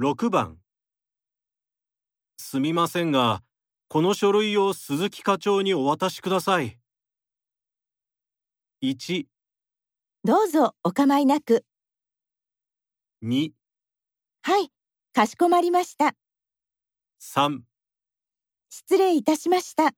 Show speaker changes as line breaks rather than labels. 6番すみませんが、この書類を鈴木課長にお渡しください。1、
どうぞお構いなく。
2、
はい、かしこまりました。
3
失礼いたしました。